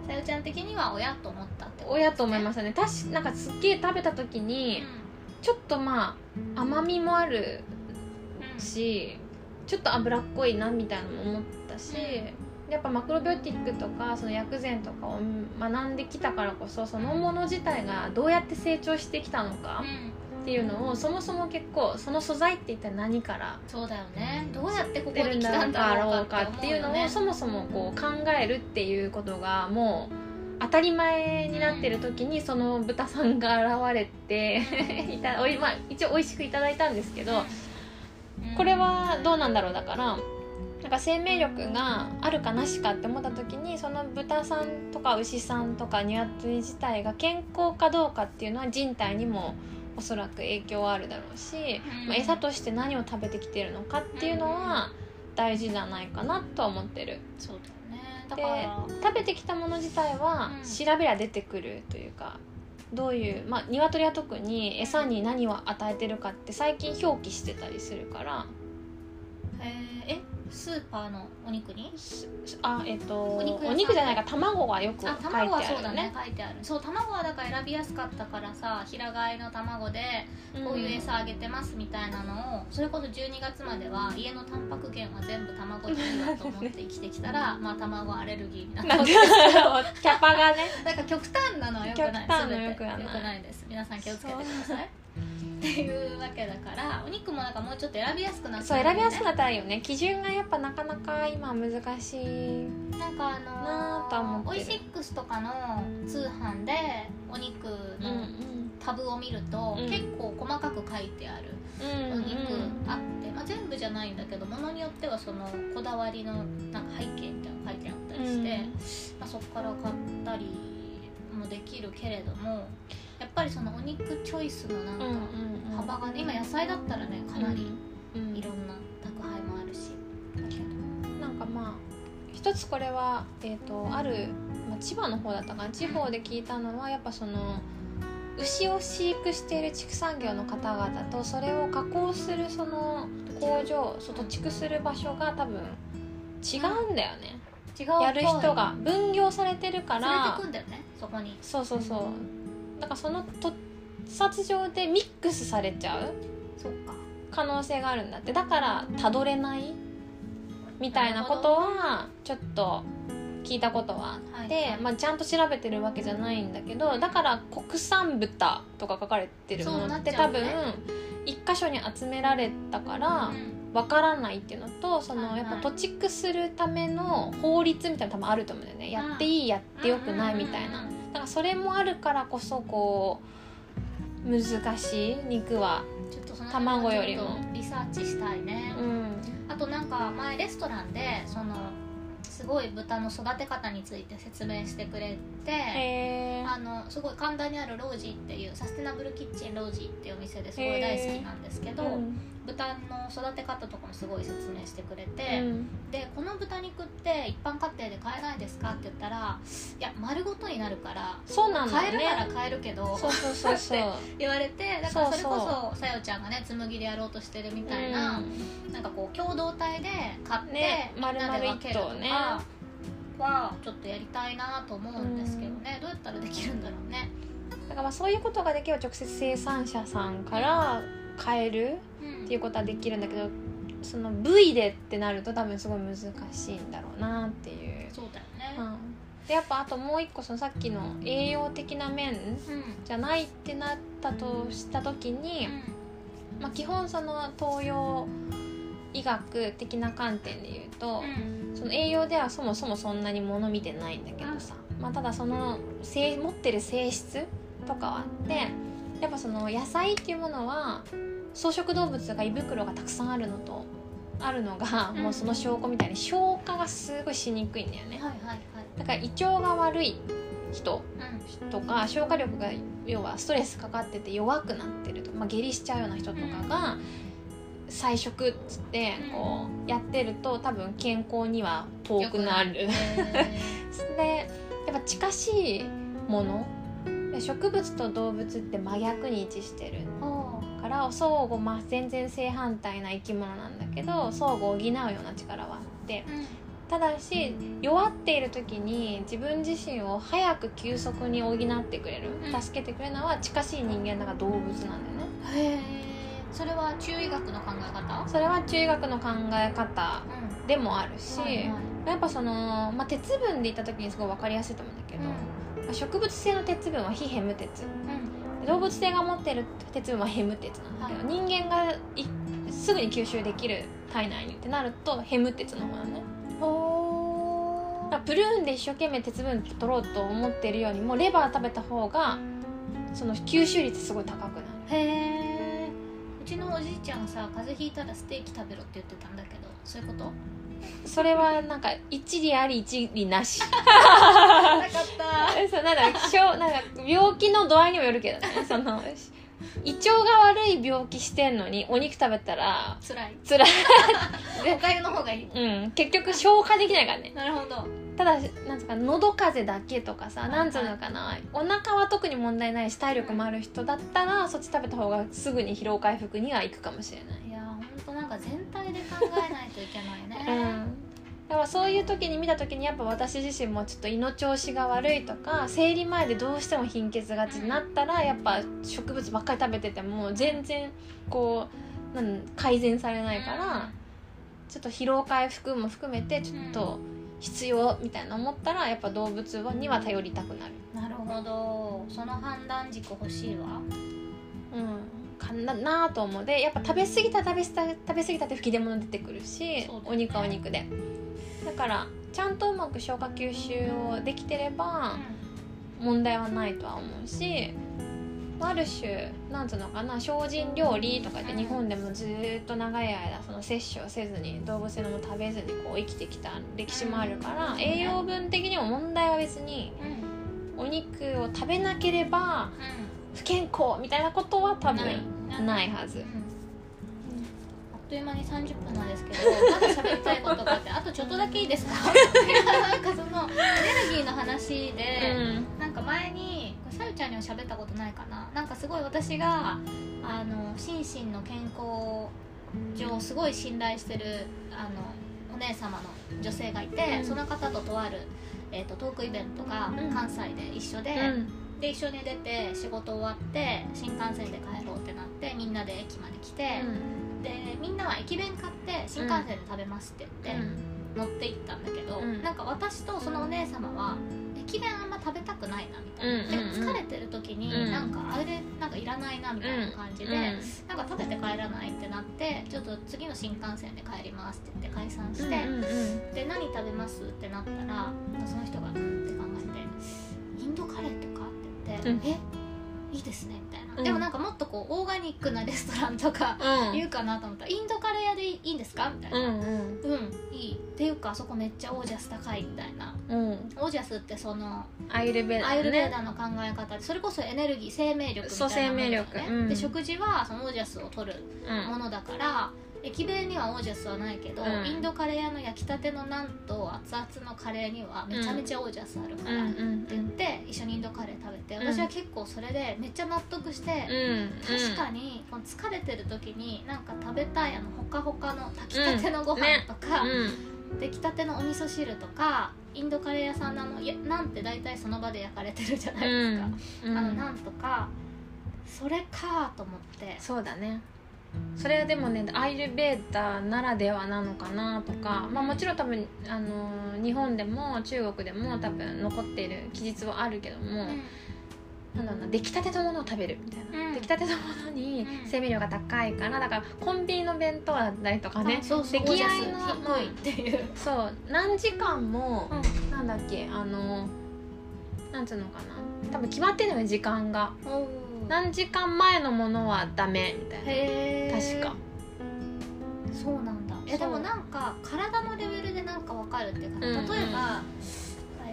Speaker 1: なさゆちゃん的には親と思ったって
Speaker 2: 親と思い
Speaker 1: す
Speaker 2: ましたね確かなんかすっげえ食べた時にちょっとまあ甘みもあるしちょっと脂っこいなみたいなのも思ったしやっぱマクロビオティックとかその薬膳とかを学んできたからこそそのもの自体がどうやって成長してきたのかっていうのをそもそも結構その素材って一体何から
Speaker 1: そうだよねどうやってここ
Speaker 2: 出る
Speaker 1: に
Speaker 2: ん
Speaker 1: 来たん
Speaker 2: だ
Speaker 1: だ
Speaker 2: ろ
Speaker 1: ろ
Speaker 2: う
Speaker 1: うか
Speaker 2: かっ
Speaker 1: ってて
Speaker 2: い
Speaker 1: いうう
Speaker 2: の
Speaker 1: の
Speaker 2: を
Speaker 1: を
Speaker 2: そもそもこう考えるっていうことがもう当たり前になってる時にその豚さんが現れて いたおい、まあ、一応美味しくいただいたんですけ どこれはどうなんだろうだからなんか生命力があるかなしかって思った時にその豚さんとか牛さんとか鶏自体が健康かどうかっていうのは人体にもおそらく影響はあるだろうし、まあ、餌として何を食べてきてるのかっていうのは大事じゃないかなとは思ってる
Speaker 1: そうだよねだから
Speaker 2: 食べてきたもの自体は
Speaker 1: うん
Speaker 2: 調べりゃ出てくるというかどういうまあ鶏は特に餌に何を与えてるかって最近表記してたりするから
Speaker 1: えーえスーパーのお肉に
Speaker 2: すあえっ、とお
Speaker 1: お肉屋
Speaker 2: 肉
Speaker 1: さん
Speaker 2: じゃないか卵がよく書い
Speaker 1: あ
Speaker 2: てあ
Speaker 1: 卵
Speaker 2: るよ
Speaker 1: はそうだね
Speaker 2: ね
Speaker 1: 書いてあるそう卵はだから選びやすかったからさ平飼いの卵でこういう餌あげてますみたいなのをそれこそ12月までは家のタンパク源は全部卵だけだと思って生きてきた らまあ卵アレルギーになっ
Speaker 2: うん
Speaker 1: て
Speaker 2: なんかキャパがね
Speaker 1: なんか極端なのは良くない
Speaker 2: 極端なの
Speaker 1: 全て
Speaker 2: 良くはない
Speaker 1: 良くないです皆さん気をつけてくださいっていうわけだからお肉もなんかもうちょっと選びやすくなって
Speaker 2: そう選びやすく
Speaker 1: な
Speaker 2: なったらいいよね基準がやっぱなかなか今難しい
Speaker 1: なんかあのー、
Speaker 2: なあとは思っ
Speaker 1: オ
Speaker 2: て
Speaker 1: イ
Speaker 2: る
Speaker 1: シックスとかの通販でお肉
Speaker 2: うん
Speaker 1: のタブを見ると、
Speaker 2: うん
Speaker 1: 結構細かく書いてある
Speaker 2: うん
Speaker 1: お肉あって、まあ、全部じゃないんだけどものによってはそのこだわりのなんか背景みたいなの書いてあったりして、まあ、そこから買ったりもできるけれどもやっぱりそのお肉チョイスのなん
Speaker 2: う
Speaker 1: か
Speaker 2: んうんうん
Speaker 1: 幅がね今野菜だったらねかなり
Speaker 2: うん
Speaker 1: いろんな宅配もあるしだけど
Speaker 2: なんかまあ一つこれは、えー、とある、まあ、千葉の方だったかな地方で聞いたのはやっぱその牛を飼育している畜産業の方々とそれを加工するその工場そう土畜する場所が多分違うんだよね、
Speaker 1: 違う
Speaker 2: やる人
Speaker 1: が
Speaker 2: が分業されてるか
Speaker 1: 連れて
Speaker 2: ら
Speaker 1: くんだよねそこに
Speaker 2: そうそうそうなんかそのと殺上でミックスされちゃう
Speaker 1: そっか
Speaker 2: 可能性があるんだってだからたどれないみたいなことはちょっと聞いたことはあって、
Speaker 1: はい
Speaker 2: まあ、ちゃんと調べてるわけじゃないんだけどだから国産豚とか書かれてるも
Speaker 1: そう
Speaker 2: の
Speaker 1: な
Speaker 2: っ
Speaker 1: ってち
Speaker 2: 多
Speaker 1: ゃう
Speaker 2: 分
Speaker 1: よね
Speaker 2: 一箇所に集められたから
Speaker 1: うん
Speaker 2: わからないっていうのとそ
Speaker 1: は
Speaker 2: の
Speaker 1: い
Speaker 2: やっ
Speaker 1: はい
Speaker 2: ぱ土地区するための法律みたいなの多分あると思うんだよねやっていいやってよくないみたいな
Speaker 1: うんうんうんうん
Speaker 2: なんかそれもあるからこそこう難しい肉は
Speaker 1: ちょっとその
Speaker 2: 卵よりも
Speaker 1: ちょっとリサーチしたいね、
Speaker 2: うん
Speaker 1: あとなんか前レストランでそのすごい豚の育て方について説明してくれて、
Speaker 2: へ
Speaker 1: あのすごい神田にあるロージーっていうサステナブルキッチンロージーっていうお店ですごい大好きなんですけど、豚の育て方とかもすごい説明してくれて、でこの豚肉って一般家庭で買えないですかって言ったらいや丸ごとになるから
Speaker 2: そうなんだ
Speaker 1: 買え
Speaker 2: よ
Speaker 1: るなら
Speaker 2: ね
Speaker 1: 買えるけど
Speaker 2: そうそうそうそう
Speaker 1: 言われてだからそれこ
Speaker 2: そう
Speaker 1: そさよちゃんがね紬でやろうとしてるみたいな、
Speaker 2: う
Speaker 1: なんかこう共同体で買って、
Speaker 2: ね
Speaker 1: みんなで分けるとか
Speaker 2: 丸々一頭ね
Speaker 1: はちょっとやりたいなと思うんですけどね、どうやったらできるんだろうね、
Speaker 2: んだからまあそういうことができれば直接生産者さんから買える
Speaker 1: うん
Speaker 2: っていうことはできるんだけどその部位でってなると多分すごい難しいんだろうなっていう、
Speaker 1: そうだよ
Speaker 2: う
Speaker 1: ね、
Speaker 2: ん、でやっぱあともう一個そのさっきの栄養的な面
Speaker 1: うん
Speaker 2: じゃないってなったとした時に、
Speaker 1: う
Speaker 2: まあ、基本その東洋医学的な観点で言うと、
Speaker 1: ん
Speaker 2: その栄養ではそもそもそんなに物見てないんだけどさ、まあ、ただその性持ってる性質とかはあってやっぱその野菜っていうものは草食動物が胃袋がたくさんあるのとあるのが
Speaker 1: うん
Speaker 2: もうその証拠みたいに消化がすごいしにくいんだよね
Speaker 1: はいはいはい
Speaker 2: だから胃腸が悪い人
Speaker 1: うん
Speaker 2: とか消化力が要はストレスかかってて弱くなってるとか、まあ、下痢しちゃうような人とかが菜食っつってこうやってると多分健康には遠くなる
Speaker 1: よく。ないへ
Speaker 2: でやっぱ近しいもの植物と動物って真逆に位置してる
Speaker 1: ー おー
Speaker 2: から相互、まあ、全然正反対な生き物なんだけど相互を補うような力はあって
Speaker 1: うん
Speaker 2: ただし弱っている時に自分自身を早く急速に補ってくれる
Speaker 1: うん
Speaker 2: 助けてくれるのは近しい人間だから動物なんだよね
Speaker 1: へえそれは中医学の考え方
Speaker 2: それは中医学の考え方
Speaker 1: うん
Speaker 2: でもあるし、
Speaker 1: はいはい
Speaker 2: やっぱその、まあ、鉄分で言った時にすごい分かりやすいと思うんだけど、まあ植物性の鉄分は非ヘム鉄
Speaker 1: うんうん
Speaker 2: 動物性が持ってる鉄分はヘム鉄なんだけど、人間がいすぐに吸収できる体内にってなるとヘム鉄の方なのねだからプルーンで一生懸命鉄分取ろうと思ってるよりもレバー食べた方がその吸収率すごい高くなる
Speaker 1: へえうちのおじいちゃんさ風邪ひいたらステーキ食べろって言ってたんだけどそういうこと
Speaker 2: それはなんか一理あり一理なし
Speaker 1: な かった
Speaker 2: そうなんだしょうなんか病気の度合いにもよるけどねそのし胃腸が悪い病気してんのにお肉食べたら
Speaker 1: 辛い
Speaker 2: 辛い
Speaker 1: おかゆの方がいい
Speaker 2: うん結局消化できないからね
Speaker 1: なるほど
Speaker 2: ただなんつうか喉風邪だけとかさ
Speaker 1: い
Speaker 2: なんつうのかなお腹は特に問題ないし体力もある人だったらそっち食べた方がすぐに疲労回復にはいくかもしれない
Speaker 1: いやーほんとなんか全体で考えないといけないね
Speaker 2: うんだからそういう時に見た時にやっぱ私自身もちょっと胃の調子が悪いとか生理前でどうしても貧血がちになったらやっぱ植物ばっかり食べてても全然こうなん改善されないからちょっと疲労回復も含めてちょっと必要みたいな思ったらやっぱ動物はには頼りたくなる。
Speaker 1: うんなるほどその判断軸欲しいわ
Speaker 2: うん、かななぁと思うでやっぱ食べ過ぎた食べ過ぎた食べ過ぎたって吹き出物出てくるし、
Speaker 1: そうだよね
Speaker 2: お肉はお肉でだからちゃんとうまく消化吸収をできてれば問題はないとは思うしある種なんつうのかな精進料理とかって
Speaker 1: うん
Speaker 2: 日本でもずーっと長い間その摂取をせずに動物性のもの食べずにこう生きてきた歴史もあるから、
Speaker 1: ん
Speaker 2: 栄養分的にも問題は別に
Speaker 1: うんうん
Speaker 2: お肉を食べなければ不健康みたいなことは多
Speaker 1: うん
Speaker 2: 分
Speaker 1: ない
Speaker 2: ないはず
Speaker 1: あっという間に30分なんですけど、まだ喋りたいことがあって、あとちょっとだけいいです か？なんかそのエネルギーの話で、なんか前にこれさゆちゃんには喋ったことないかな。なんかすごい私があの心身の健康上すごい信頼してるあのお姉様の女性がいて、
Speaker 2: うん
Speaker 1: その方ととある。えー、とトークイベントが
Speaker 2: うん
Speaker 1: 関西で一緒で、で一緒に出て仕事終わって新幹線で帰ろうってなってみんなで駅まで来て、でみんなは駅弁買って新幹線で食べますって言って、乗って行ったんだけど、
Speaker 2: うん
Speaker 1: なんか私とそのお姉様は駅弁あんま食べたくないなみたいな、
Speaker 2: うんうんうん
Speaker 1: で疲れてる時に、
Speaker 2: うん
Speaker 1: なんかあれなんかいらないなみたいな感じで、なんか食べて帰らないってなってちょっと次の新幹線で帰りますって言って解散して、で何食べますってなったらその人がうんって考えて「インドカレーとか?」って言って「えいいですね」みたいな
Speaker 2: うん
Speaker 1: でもなんかもっとこうオーガニックなレストランとか
Speaker 2: うん
Speaker 1: 言うかなと思ったら「インドカレー屋でいいんですか?」みたいな。
Speaker 2: うん
Speaker 1: うんいいっていうかあそこめっちゃオージャス高いみたいな
Speaker 2: うんうん
Speaker 1: オージャスってその
Speaker 2: アイルベダ
Speaker 1: アイルベー
Speaker 2: ね
Speaker 1: ダの考え方でそれこそエネルギー生命力みたいな
Speaker 2: そう生命力
Speaker 1: ものだよね
Speaker 2: うん
Speaker 1: で食事はそのオージャスを取るも
Speaker 2: う
Speaker 1: のだから、駅弁にはオージャスはないけど、
Speaker 2: うん
Speaker 1: インドカレー屋の焼きたてのナンと熱々のカレーにはめちゃめちゃオージャスあるか
Speaker 2: んう
Speaker 1: ら、
Speaker 2: ん
Speaker 1: って言って一緒にインドカレー食べて
Speaker 2: うん
Speaker 1: 私は結構それでめっちゃ納得して、
Speaker 2: うん
Speaker 1: 確かにこの疲れてる時になんか食べたいあのほかほかの炊きたてのご飯とか、
Speaker 2: うん
Speaker 1: 出来たてのお味噌汁とかインドカレー屋さんのあのいやなんて大体その場で焼かれてるじゃないですか、
Speaker 2: うん
Speaker 1: あのなんとかそれかと思って
Speaker 2: そうだねそれはでもねアイルベーダならではなのかなとか、まあ、もちろん多分、あのー日本でも中国でも多分残っている記述はあるけども、なんだろうな出来たてのものを食べるみたいな、
Speaker 1: うん
Speaker 2: 出来たてのものに
Speaker 1: うん
Speaker 2: 生命量が高いからだからコンビニの弁当だったりとかね
Speaker 1: あそうそう
Speaker 2: 出来合いの
Speaker 1: 低いっていう、
Speaker 2: そう何時間も、
Speaker 1: うん
Speaker 2: なんだっけあのなんつうのかな多分決まってんのよ時間が何時間前のものはダメみたい
Speaker 1: へ
Speaker 2: な
Speaker 1: ー
Speaker 2: 確か
Speaker 1: そうなんだいやで
Speaker 2: そう
Speaker 1: もなんか体のレベルでなんかわかるっていうか、
Speaker 2: うんうん
Speaker 1: 例えば、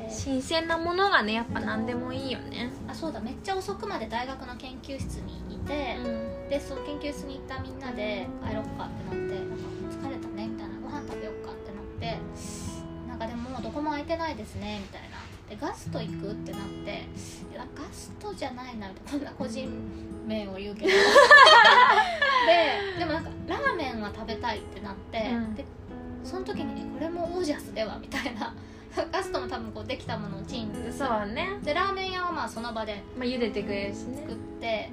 Speaker 1: えー
Speaker 2: 新鮮なものがねやっぱ何でもいいよね
Speaker 1: あそうだめっちゃ遅くまで大学の研究室にいて、でその研究室に行ったみんなで帰ろっかってなってなんか疲れたねみたいなご飯食べよっかってなってなんかでももうどこも空いてないですねみたいなでガスト行くってなっていやガストじゃないなみたいなこんな個人名を言 うけどででもなんかラーメンは食べたいってなって、
Speaker 2: うん
Speaker 1: でその時にねこれもオージャスではみたいなガストも多分こうできたものをチン
Speaker 2: そうね、
Speaker 1: でラーメン屋はまあその場で
Speaker 2: まあ、茹でてくれるしね
Speaker 1: 作って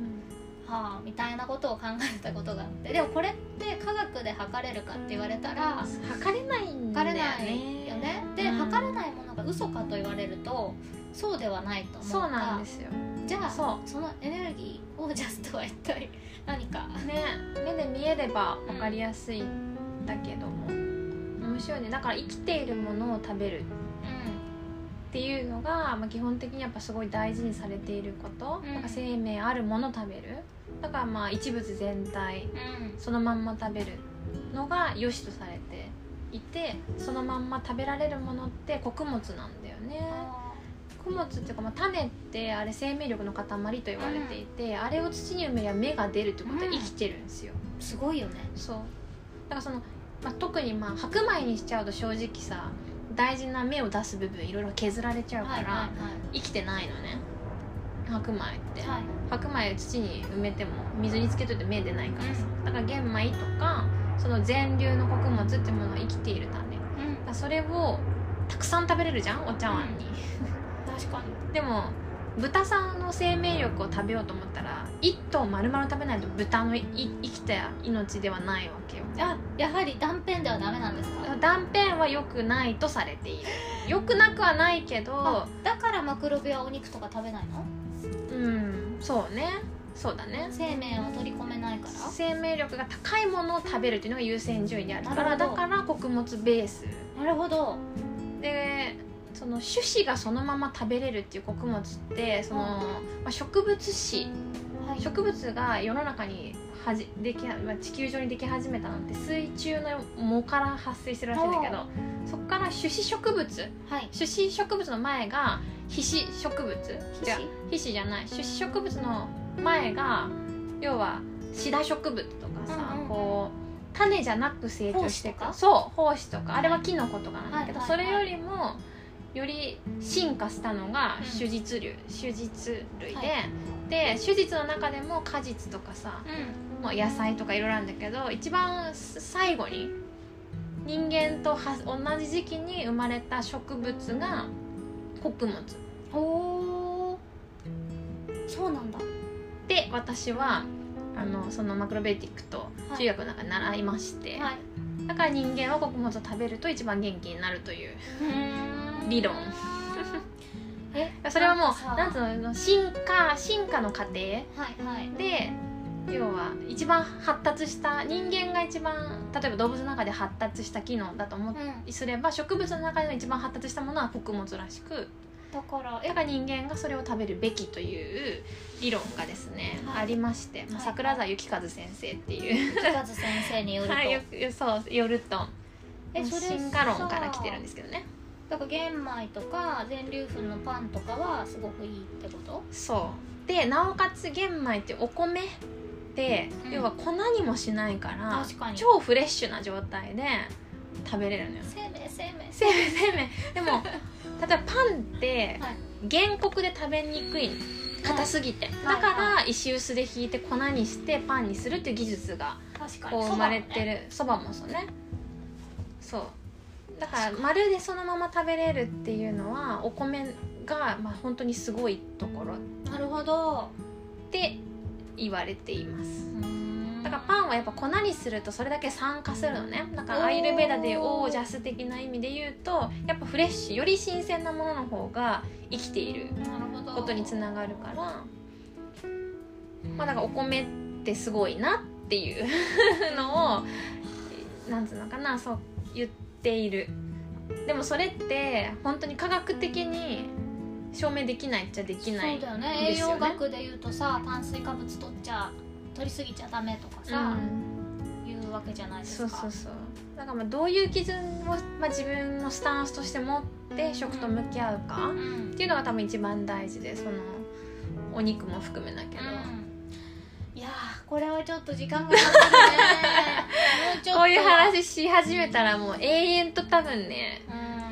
Speaker 1: はあみたいなことを考えたことがあってでもこれって科学で測れるかって言われたら
Speaker 2: 測れないんだ
Speaker 1: 測
Speaker 2: よ
Speaker 1: れな
Speaker 2: ね
Speaker 1: いよねで、
Speaker 2: うん
Speaker 1: 測れないものが嘘かと言われるとそうではないと思う
Speaker 2: そうなんですすよ
Speaker 1: じゃあそ
Speaker 2: そ
Speaker 1: のエネルギーオージャ スとは一体何か
Speaker 2: うね目で見えれば分かりやすいんだけども面白いねだから生きているものを食べるっていうのが、まあ、基本的にやっぱすごい大事にされていること、
Speaker 1: うん
Speaker 2: なんか生命あるもの食べるだからまあ一物全体
Speaker 1: うんうん
Speaker 2: そのまんま食べるのが良しとされていてそのまんま食べられるものって穀物なんだよね
Speaker 1: あ
Speaker 2: 穀物っていうか、まあ、種ってあれ生命力の塊と言われていて、あれを土に埋めりゃ芽が出るってことは生きてるんですよ、
Speaker 1: ーすごいよね
Speaker 2: そうだからその、まあ、特にまあ白米にしちゃうと正直さ大事な芽を出す部分いろいろ削られちゃうから、
Speaker 1: はいは
Speaker 2: 生きてないのね白米って、
Speaker 1: いはいはい
Speaker 2: 白米を土に埋めても水につけといて芽出ないからさ、だから玄米とかその全粒の穀物ってものは生きている種だか
Speaker 1: うん
Speaker 2: らそれをたくさん食べれるじゃんお茶碗に、
Speaker 1: 確かに
Speaker 2: でも豚さんの生命力を食べようと思ったら一頭丸々食べないと豚のい生きた命ではないわけよ
Speaker 1: あやはり断片ではダメなんですか
Speaker 2: 断片は良くないとされている良くなくはないけど
Speaker 1: あだからマクロビはお肉とか食べないの
Speaker 2: うんそうねそうだね
Speaker 1: 生命を取り込めないから
Speaker 2: 生命力が高いものを食べるっていうのが優先順位であるから
Speaker 1: な
Speaker 2: だ
Speaker 1: るほど
Speaker 2: から穀物ベース
Speaker 1: なるほど
Speaker 2: でその種子がそのまま食べれるっていう穀物ってその、
Speaker 1: うん
Speaker 2: まあ、植物史
Speaker 1: はい
Speaker 2: 植物が世の中にはじでき、まあ、地球上にでき始めたのって水中の藻から発生してるらしいんだけどそこから種子植物
Speaker 1: はい
Speaker 2: 種子植物の前が皮脂植物じゃ
Speaker 1: 皮
Speaker 2: 皮脂じゃない種子植物の前が要はシダ植物とかさ、
Speaker 1: うんうん
Speaker 2: こう種じゃなく成長して
Speaker 1: 胞子と
Speaker 2: いく
Speaker 1: か
Speaker 2: そう胞子とかあれはキノコとかなんだけど、
Speaker 1: はいはいはい
Speaker 2: それよりもより進化したのが
Speaker 1: うん
Speaker 2: 種実類、種実類で、
Speaker 1: はい
Speaker 2: で種実の中でも果実とかさ
Speaker 1: う
Speaker 2: もう野菜とかいろいろあるんだけど一番最後に人間とは同じ時期に生まれた植物が穀物
Speaker 1: んほーそうなんだ
Speaker 2: で私はあのそのマクロベーティックと中学の中で習いまして、
Speaker 1: はい
Speaker 2: だから人間は穀物を食べると一番元気になるという理論
Speaker 1: え
Speaker 2: それはもう
Speaker 1: な
Speaker 2: なん
Speaker 1: か
Speaker 2: んつ
Speaker 1: さ
Speaker 2: うの進化進化の過程で
Speaker 1: はいはい
Speaker 2: 要は一番発達した人間が一番例えば動物の中で発達した機能だと思っ
Speaker 1: うん
Speaker 2: すれば植物の中での一番発達したものは穀物らしく
Speaker 1: だから
Speaker 2: だ
Speaker 1: え
Speaker 2: から人間がそれを食べるべきという理論がですね、
Speaker 1: はい
Speaker 2: ありまして、まあ
Speaker 1: はい
Speaker 2: 桜沢幸和先生っていう、
Speaker 1: 木和先生によると、
Speaker 2: はい、よくそうよると
Speaker 1: えそれさ
Speaker 2: 進化論から来てるんですけどね
Speaker 1: だから玄米とか全粒粉のパンとかはすごくいいってこと
Speaker 2: そうでなおかつ玄米ってお米で、
Speaker 1: うん
Speaker 2: 要は粉にもしないから
Speaker 1: 確かに
Speaker 2: 超フレッシュな状態で食べれるのよ
Speaker 1: 生命生命
Speaker 2: 生命生命でも例えばパンって
Speaker 1: はい
Speaker 2: 原穀で食べにくい硬すぎて、だ
Speaker 1: はい
Speaker 2: から石臼でひいて粉にしてパンにするっていう技術が
Speaker 1: 確かに
Speaker 2: こう生まれて
Speaker 1: る
Speaker 2: るそばもそうねそうだからまるでそのまま食べれるっていうのはお米がまあ本当にすごいところっ
Speaker 1: なるほど
Speaker 2: て言われていますだから
Speaker 1: ン
Speaker 2: パンはやっぱ粉にするとそれだけ酸化するのねだからアイルベダでオージャス的な意味で言うとやっぱフレッシュより新鮮なものの方が生きている
Speaker 1: なるほど
Speaker 2: ことにつながるからまあだからお米ってすごいなっていう のをなんつうのかなそう言っているでもそれって本当に科学的に証明できないっちゃできない
Speaker 1: そうだよね
Speaker 2: で
Speaker 1: 栄
Speaker 2: すよね
Speaker 1: 養学で言うとさ炭水化物取っちゃ取りすぎちゃダメとかさ、
Speaker 2: うん
Speaker 1: いうわけじゃないです
Speaker 2: そ
Speaker 1: か
Speaker 2: うそうそうだからまあどういう基準を、まあ、自分のスタンスとして持って食と向き合うか
Speaker 1: うん、うん
Speaker 2: っていうのが多分一番大事でそのお肉も含めだけど、
Speaker 1: いやーこれはちょっと時間がか かるねもうちょっと
Speaker 2: こういう話し始めたらもう永遠と多分ね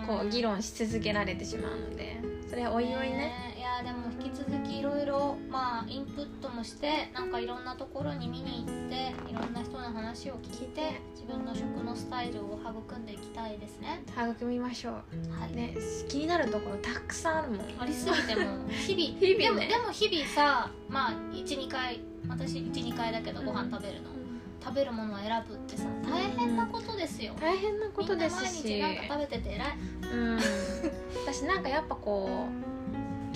Speaker 1: うん
Speaker 2: こう議論し続けられてしまうのでそれはおいおいね、
Speaker 1: ねいやでも引き続きいろいろまあインプットもしてなんかいろんなところに見に行っていろんな人の話を聞いて自分の食のスタイルを育んでいきたいですね
Speaker 2: 育みましょ
Speaker 1: は
Speaker 2: う
Speaker 1: い
Speaker 2: ね気になるところたくさんあるもん
Speaker 1: ありすぎてもう日々
Speaker 2: 日々ね
Speaker 1: でもでも日々さまあ12回私12回だけどご飯食べるの、食べるものを選ぶってさ大変なことですよ、
Speaker 2: 大変なこ
Speaker 1: みんな
Speaker 2: とです
Speaker 1: 毎日
Speaker 2: し
Speaker 1: なんか食べてて偉い
Speaker 2: うん私なんかやっぱこう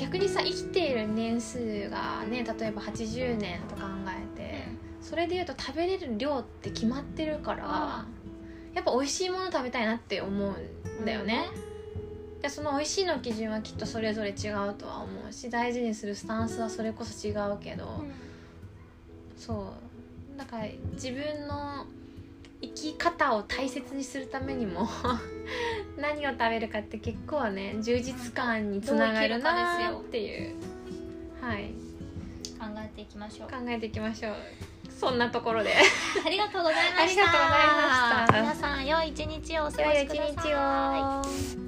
Speaker 2: 逆にさ生きている年数がね例えば80年と考えてそれでいうと食べれる量って決まってるからやっぱ美味しいもの食べたいなって思うんだよね、でその美味しいの基準はきっとそれぞれ違うとは思うし大事にするスタンスはそれこそ違うけど、
Speaker 1: うん
Speaker 2: そうだから自分の生き方を大切にするために も何を食べるかって結構ね充実感につながるなーっていうはい
Speaker 1: 考えていきましょう
Speaker 2: 考えていきましょうそんなところ で
Speaker 1: ありがとうございました
Speaker 2: ありがとうございました
Speaker 1: 皆さん良い一日をお過ご
Speaker 2: 良い
Speaker 1: し
Speaker 2: 一
Speaker 1: ください
Speaker 2: 日を。